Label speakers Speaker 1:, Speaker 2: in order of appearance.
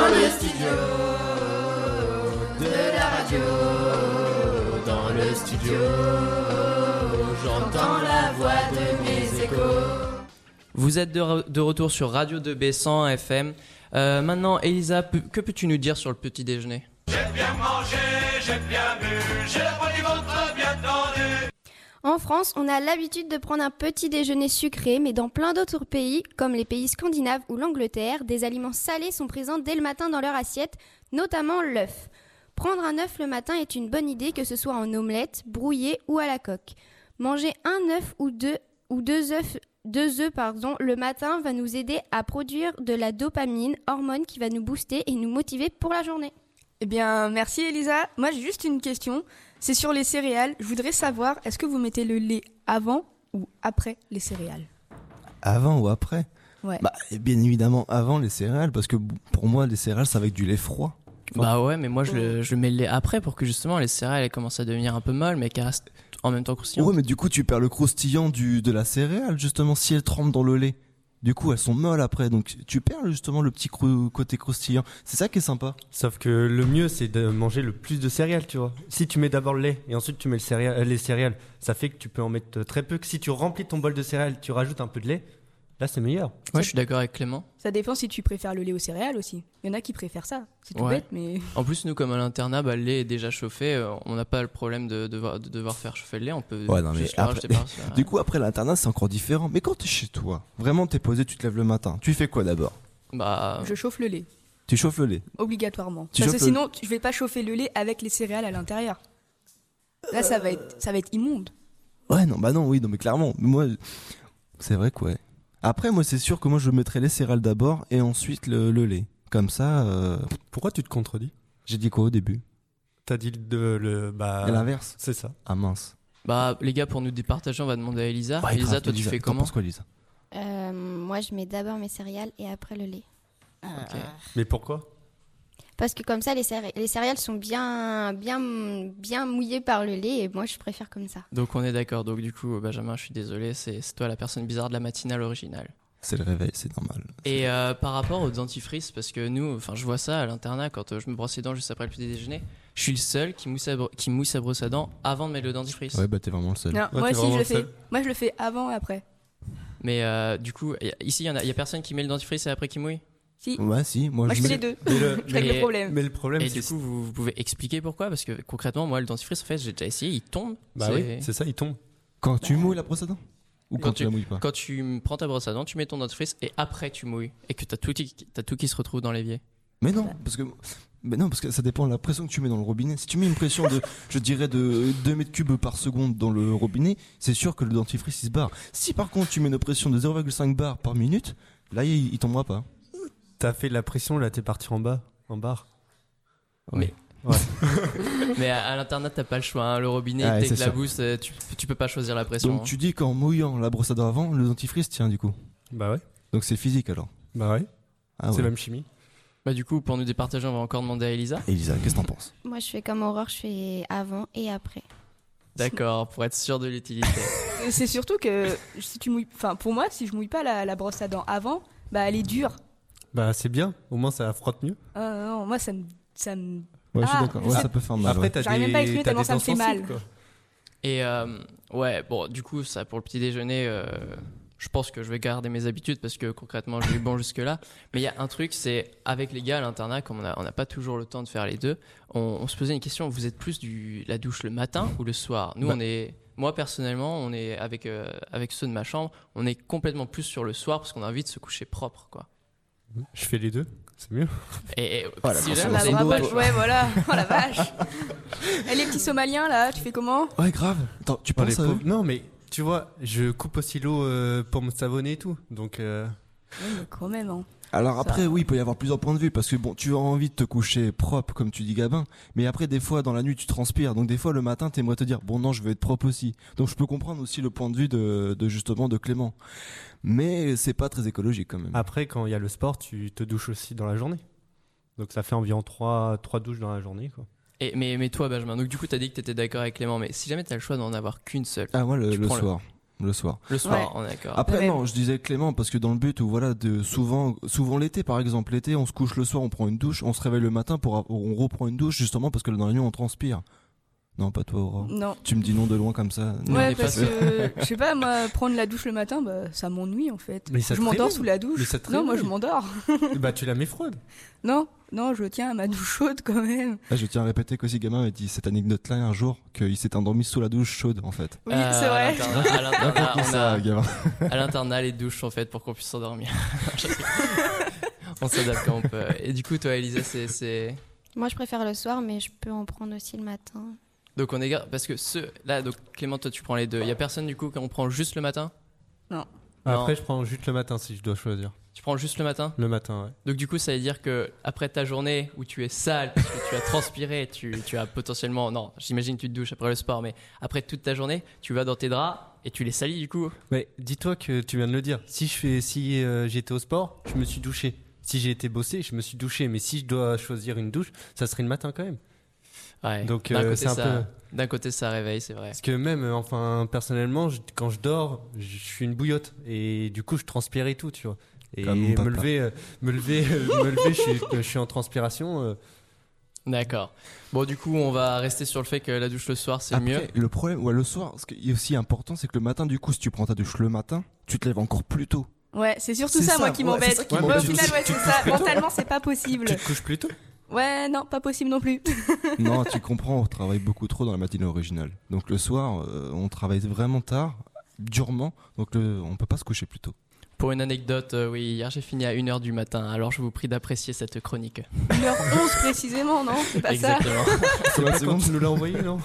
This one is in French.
Speaker 1: radio, de la radio, dans le studio, j'entends la voix de mes échos.
Speaker 2: Vous êtes de, re- de retour sur Radio 2B 100 FM. Euh, maintenant, Elisa, pu- que peux-tu nous dire sur le petit déjeuner
Speaker 3: J'ai bien mangé, j'ai bien bu, j'ai le poids du ventre bien tendu.
Speaker 4: En France, on a l'habitude de prendre un petit déjeuner sucré, mais dans plein d'autres pays, comme les pays scandinaves ou l'Angleterre, des aliments salés sont présents dès le matin dans leur assiette, notamment l'œuf. Prendre un œuf le matin est une bonne idée, que ce soit en omelette, brouillé ou à la coque. Manger un œuf ou deux ou deux œufs deux œufs pardon, le matin va nous aider à produire de la dopamine, hormone qui va nous booster et nous motiver pour la journée.
Speaker 5: Eh bien, merci Elisa. Moi, j'ai juste une question. C'est sur les céréales. Je voudrais savoir, est-ce que vous mettez le lait avant ou après les céréales
Speaker 6: Avant ou après
Speaker 5: Ouais.
Speaker 6: Bah, et bien évidemment, avant les céréales, parce que b- pour moi, les céréales, c'est avec du lait froid.
Speaker 2: Bah ouais, mais moi je,
Speaker 6: Mmh.
Speaker 2: le- je mets le lait après pour que justement les céréales elles commencent à devenir un peu molles, mais qu'elles restent en même temps croustillantes.
Speaker 6: Ouais, mais du coup, tu perds le croustillant du, de la céréale, justement, si elle trempe dans le lait. Du coup, elles sont molles après, donc tu perds justement le petit crou- côté croustillant. C'est ça qui est sympa.
Speaker 7: Sauf que le mieux, c'est de manger le plus de céréales, tu vois. Si tu mets d'abord le lait et ensuite tu mets le céréa- euh, les céréales, ça fait que tu peux en mettre euh, très peu. Que si tu remplis ton bol de céréales, tu rajoutes un peu de lait, là c'est meilleur.
Speaker 2: Ouais, je suis d'accord avec Clément.
Speaker 5: Ça dépend si tu préfères le lait aux céréales aussi. Il y en a qui préfèrent ça. C'est tout
Speaker 2: Ouais.
Speaker 5: bête, mais.
Speaker 2: En plus, nous, comme à l'internat, bah, le lait est déjà chauffé. euh, on n'a pas le problème de, devoir- de devoir faire chauffer le lait. On peut
Speaker 6: Ouais, non, mais
Speaker 2: juste le
Speaker 6: après-
Speaker 2: rajouter par-dessus.
Speaker 6: Du coup, après l'internat, c'est encore différent. Mais quand t'es chez toi, vraiment, t'es posé, tu te lèves le matin. Tu fais quoi d'abord
Speaker 2: Bah,
Speaker 5: Je chauffe le lait,
Speaker 6: Tu chauffes le lait.
Speaker 5: obligatoirement.
Speaker 6: Ah Tu
Speaker 5: Parce que
Speaker 6: chauffes le-
Speaker 5: sinon, tu- je vais pas chauffer le lait avec les céréales à l'intérieur. Là, ça va être, ça va être immonde.
Speaker 6: Ouais, non, bah non, oui, non, mais clairement, moi, c'est vrai que ouais. Après, moi, c'est sûr que moi, je mettrais les céréales d'abord et ensuite le, le lait. Comme ça, euh,
Speaker 7: Pourquoi tu te contredis
Speaker 6: j'ai dit quoi au début
Speaker 7: T'as dit de le. Bah.
Speaker 6: Et l'inverse
Speaker 7: C'est ça.
Speaker 6: Ah mince.
Speaker 2: bah, les gars, pour nous départager, on va demander à Elisa.
Speaker 6: Bah,
Speaker 2: Elisa,
Speaker 6: grave,
Speaker 2: Ah, toi, tu fais
Speaker 6: t'en
Speaker 2: comment
Speaker 6: penses quoi, Lisa
Speaker 4: Euh, moi, je mets d'abord mes céréales et après le lait.
Speaker 7: Mais pourquoi
Speaker 4: Parce que comme ça, les, céré- les céréales sont bien, bien, bien mouillées par le lait et moi, je préfère comme ça.
Speaker 2: Donc, on est d'accord. Donc, du coup, Benjamin, je suis désolé. C'est c'est toi la personne bizarre de la matinale originale.
Speaker 6: C'est le réveil, c'est normal.
Speaker 2: Et euh, par rapport aux dentifrices, parce que nous, enfin, je vois ça à l'internat quand euh, je me brosse les dents juste après le petit déjeuner. Je suis le seul qui mousse, à bro- qui mousse sa brosse à dents avant de mettre le dentifrice.
Speaker 6: Ouais, bah t'es vraiment le seul.
Speaker 5: Non, moi
Speaker 7: Ah,
Speaker 5: aussi,
Speaker 7: t'es vraiment
Speaker 5: je le
Speaker 7: le
Speaker 5: fais.
Speaker 7: seul.
Speaker 5: Moi, je le fais avant et après.
Speaker 2: Mais euh, du coup, y a- ici, il y en a, y a personne qui met le dentifrice et après qui mouille.
Speaker 5: Si.
Speaker 6: Ouais, si, moi,
Speaker 5: moi,
Speaker 6: je
Speaker 5: je fais les
Speaker 6: mets...
Speaker 5: deux.
Speaker 7: Oh, Mais le,
Speaker 5: Je règle
Speaker 2: mais-
Speaker 5: le problème.
Speaker 7: mais le problème,
Speaker 2: Et
Speaker 7: c'est.
Speaker 2: du coup, vous, vous pouvez expliquer pourquoi Parce que concrètement, moi, le dentifrice, en fait, j'ai déjà essayé, il tombe.
Speaker 7: Bah
Speaker 2: C'est-
Speaker 7: oui, c'est ça, il tombe.
Speaker 6: Quand tu mouilles la brosse à dents Ou quand,
Speaker 2: Quand
Speaker 6: tu la mouilles pas
Speaker 2: Quand tu m- prends ta brosse à dents, tu mets ton dentifrice et après tu mouilles. Et que t'as tout, qui- t'as tout qui se retrouve dans l'évier.
Speaker 6: Mais non, parce que... Mais non, parce que ça dépend de la pression que tu mets dans le robinet. Si tu mets une pression de, je dirais, de 2 mètres cubes par seconde dans le robinet, c'est sûr que le dentifrice il se barre. Si par contre tu mets une pression de 0,5 barres par minute, là il, il tombera pas.
Speaker 7: T'as fait de la pression, là t'es parti en bas, en barre.
Speaker 2: Mais- Mais à, à l'internat, t'as pas le choix. hein. Le robinet,
Speaker 6: Ah,
Speaker 2: il
Speaker 6: c'est
Speaker 2: t'éclabousse, euh, tu, tu peux pas choisir la pression.
Speaker 6: Donc
Speaker 2: hein.
Speaker 6: tu dis qu'en mouillant la brosse à dents avant, le dentifrice tient du coup.
Speaker 7: Bah ouais.
Speaker 6: Donc c'est physique alors.
Speaker 7: Bah ouais.
Speaker 6: Ah
Speaker 7: c'est
Speaker 6: ouais.
Speaker 7: la même chimie.
Speaker 2: Bah, du coup, pour nous départager, on va encore demander à Elisa.
Speaker 6: Elisa, qu'est-ce que t'en penses
Speaker 4: Moi, je fais comme Aurore, je fais avant et après.
Speaker 2: D'accord, pour être sûr de l'utilité.
Speaker 5: Et C'est surtout que si tu mouilles, enfin pour moi, si je mouille pas la, la brosse à dents avant, bah elle est dure.
Speaker 7: Bah c'est bien, au moins ça frotte mieux.
Speaker 5: Ah, non, moi ça me, ça me-
Speaker 6: Ouais, je
Speaker 5: Ah,
Speaker 6: suis d'accord. Ouais,
Speaker 5: je sais-
Speaker 6: ça peut faire mal.
Speaker 7: Après
Speaker 6: Bah ouais.
Speaker 7: t'as
Speaker 5: J'arrive même
Speaker 7: des.
Speaker 5: pas à exprimer
Speaker 7: t'as
Speaker 5: tellement
Speaker 7: des
Speaker 5: ça me fait
Speaker 7: dents
Speaker 5: mal.
Speaker 7: sensibles, quoi.
Speaker 2: Et euh, ouais, bon, du coup, ça pour le petit déjeuner, euh, je pense que je vais garder mes habitudes parce que concrètement, j'ai eu bon jusque-là. Mais il y a un truc, c'est avec les gars à l'internat, comme on n'a on n'a pas toujours le temps de faire les deux, on, on se posait une question vous êtes plus du la douche le matin ou le soir Nous,
Speaker 7: Bah.
Speaker 2: on est. Moi personnellement, on est avec euh, avec ceux de ma chambre, on est complètement plus sur le soir parce qu'on a envie de se coucher propre, quoi.
Speaker 7: Je fais les deux, c'est mieux.
Speaker 2: Et, et-
Speaker 6: la
Speaker 2: si
Speaker 7: Ah,
Speaker 6: conscience
Speaker 2: jamais
Speaker 5: la
Speaker 2: on est
Speaker 5: bras-
Speaker 2: pas-
Speaker 5: ouais voilà, oh la vache. Et les petits Somaliens là, tu fais comment
Speaker 6: Ouais, grave. Attends, tu
Speaker 7: Oh, les
Speaker 6: penses à eux
Speaker 7: pauvres. Non, mais tu vois, je coupe aussi l'eau euh, pour me savonner et tout. Donc, euh,
Speaker 5: Ouais, mais quand même. hein.
Speaker 6: Alors
Speaker 5: Ça
Speaker 6: après, oui, il peut y avoir plusieurs points de vue parce que bon, tu as envie de te coucher propre, comme tu dis, Gabin. Mais après, des fois, dans la nuit, tu transpires. Donc des fois, le matin, t'aimerais te dire, bon non, je veux être propre aussi. Donc je peux comprendre aussi le point de vue de, de justement de Clément. Mais c'est pas très écologique quand même.
Speaker 7: après, quand il y a le sport, tu te douches aussi dans la journée. Donc, ça fait environ 3, douches dans la journée. Quoi.
Speaker 2: Et- mais mais toi Benjamin, donc du coup, t'as dit que t'étais d'accord avec Clément, mais si jamais t'as le choix d'en avoir qu'une seule,
Speaker 6: Ah moi, le,
Speaker 2: Tu
Speaker 6: le
Speaker 2: prends le- Ah.
Speaker 6: soir. le soir.
Speaker 2: Le soir,
Speaker 5: Ouais. Ah,
Speaker 2: on est d'accord.
Speaker 6: Après,
Speaker 5: Ouais.
Speaker 6: non, je disais Clément parce que dans le but où voilà, de souvent, souvent l'été par exemple, l'été, on se couche le soir, on prend une douche, on se réveille le matin pour, a- on reprend une douche justement parce que dans l'avion on transpire. Non, pas toi, Aurore.
Speaker 5: Non.
Speaker 6: Tu me dis non de loin comme ça.
Speaker 5: Mm.
Speaker 2: on est
Speaker 6: Non.
Speaker 5: ouais,
Speaker 2: pas
Speaker 5: parce
Speaker 2: sûr.
Speaker 5: que je sais pas, moi, prendre la douche le matin, bah, ça m'ennuie en fait.
Speaker 7: Mais ça
Speaker 5: je
Speaker 7: te
Speaker 5: m'endors
Speaker 7: réveille.
Speaker 5: sous la
Speaker 7: Mais
Speaker 5: douche.
Speaker 7: ça te
Speaker 5: Non, moi je
Speaker 7: réveille.
Speaker 5: m'endors.
Speaker 7: bah, tu la mets froide.
Speaker 5: Non, non, je tiens à ma douche chaude quand même.
Speaker 6: Ah, je tiens à répéter qu'aussi gamin m'a dit cette anecdote-là un jour qu'il s'est endormi sous la douche chaude en fait.
Speaker 5: Oui,
Speaker 2: Euh,
Speaker 5: c'est vrai.
Speaker 2: À l'internat,
Speaker 6: Raconte-nous
Speaker 2: on
Speaker 6: ça,
Speaker 2: a-
Speaker 6: gamin.
Speaker 2: à l'internat, les douches sont faites pour qu'on puisse s'endormir. on s'adapte quand on peut. Et du coup, toi, Elisa, c'est- c'est.
Speaker 4: Moi, je préfère le soir, mais je peux en prendre aussi le matin.
Speaker 2: Donc on est gar- parce que ceux là donc Clément toi tu prends les deux. Il y a personne du coup qu'on prend juste le matin Non.
Speaker 7: Après, je prends juste le matin si je dois choisir.
Speaker 2: Tu prends juste le matin
Speaker 7: Le matin, ouais.
Speaker 2: Donc du coup ça veut dire que après ta journée où tu es sale parce que tu as transpiré, tu, tu as potentiellement non, j'imagine que tu te douches après le sport mais après toute ta journée, tu vas dans tes draps et tu les salis du coup.
Speaker 7: Mais dis-toi que tu viens de le dire. Si je fais, si euh, j'étais au sport, je me suis douché. Si j'ai été bossé, je me suis douché. Mais si je dois choisir une douche, ça serait le matin quand même.
Speaker 2: Ouais.
Speaker 7: Donc,
Speaker 2: d'un
Speaker 7: euh,
Speaker 2: côté
Speaker 7: c'est un
Speaker 2: ça
Speaker 7: peu-
Speaker 2: d'un côté ça réveille, c'est vrai.
Speaker 7: Parce que même, euh, enfin, personnellement, je- quand je dors, je je suis une bouillotte et du coup, je transpire et tout, tu vois. Et
Speaker 6: Comme mon
Speaker 7: me
Speaker 6: papa.
Speaker 7: lever, euh, me lever, euh, me lever, je suis, je suis en transpiration. euh.
Speaker 2: D'accord. Bon du coup, on va rester sur le fait que la douche le soir c'est mieux.
Speaker 6: Après, Le problème, ouais, le soir, ce qui est aussi important, c'est que le matin, du coup, si tu prends ta douche le matin, tu te lèves encore plus tôt.
Speaker 5: Ouais, c'est surtout
Speaker 6: C'est
Speaker 5: ça,
Speaker 6: ça,
Speaker 5: moi qui
Speaker 6: ouais, c'est
Speaker 5: m'embête.
Speaker 6: ça qui
Speaker 5: Ouais,
Speaker 6: m'embête
Speaker 5: au final,
Speaker 6: aussi.
Speaker 5: ouais, c'est ça. Mentalement, c'est pas possible.
Speaker 7: Tu te couches plus tôt
Speaker 5: Ouais, non, pas possible non plus.
Speaker 6: non, tu comprends, on travaille beaucoup trop dans la matinée originale. Donc le soir, euh, on travaille vraiment tard, durement, donc le, on peut pas se coucher plus tôt.
Speaker 2: Pour une anecdote, euh, oui, hier j'ai fini à 1h du matin. Alors je vous prie d'apprécier cette chronique.
Speaker 5: 1h11 précisément, non C'est pas Bah, ça
Speaker 2: Exactement.
Speaker 7: C'est pas quand tu nous l'as envoyé, non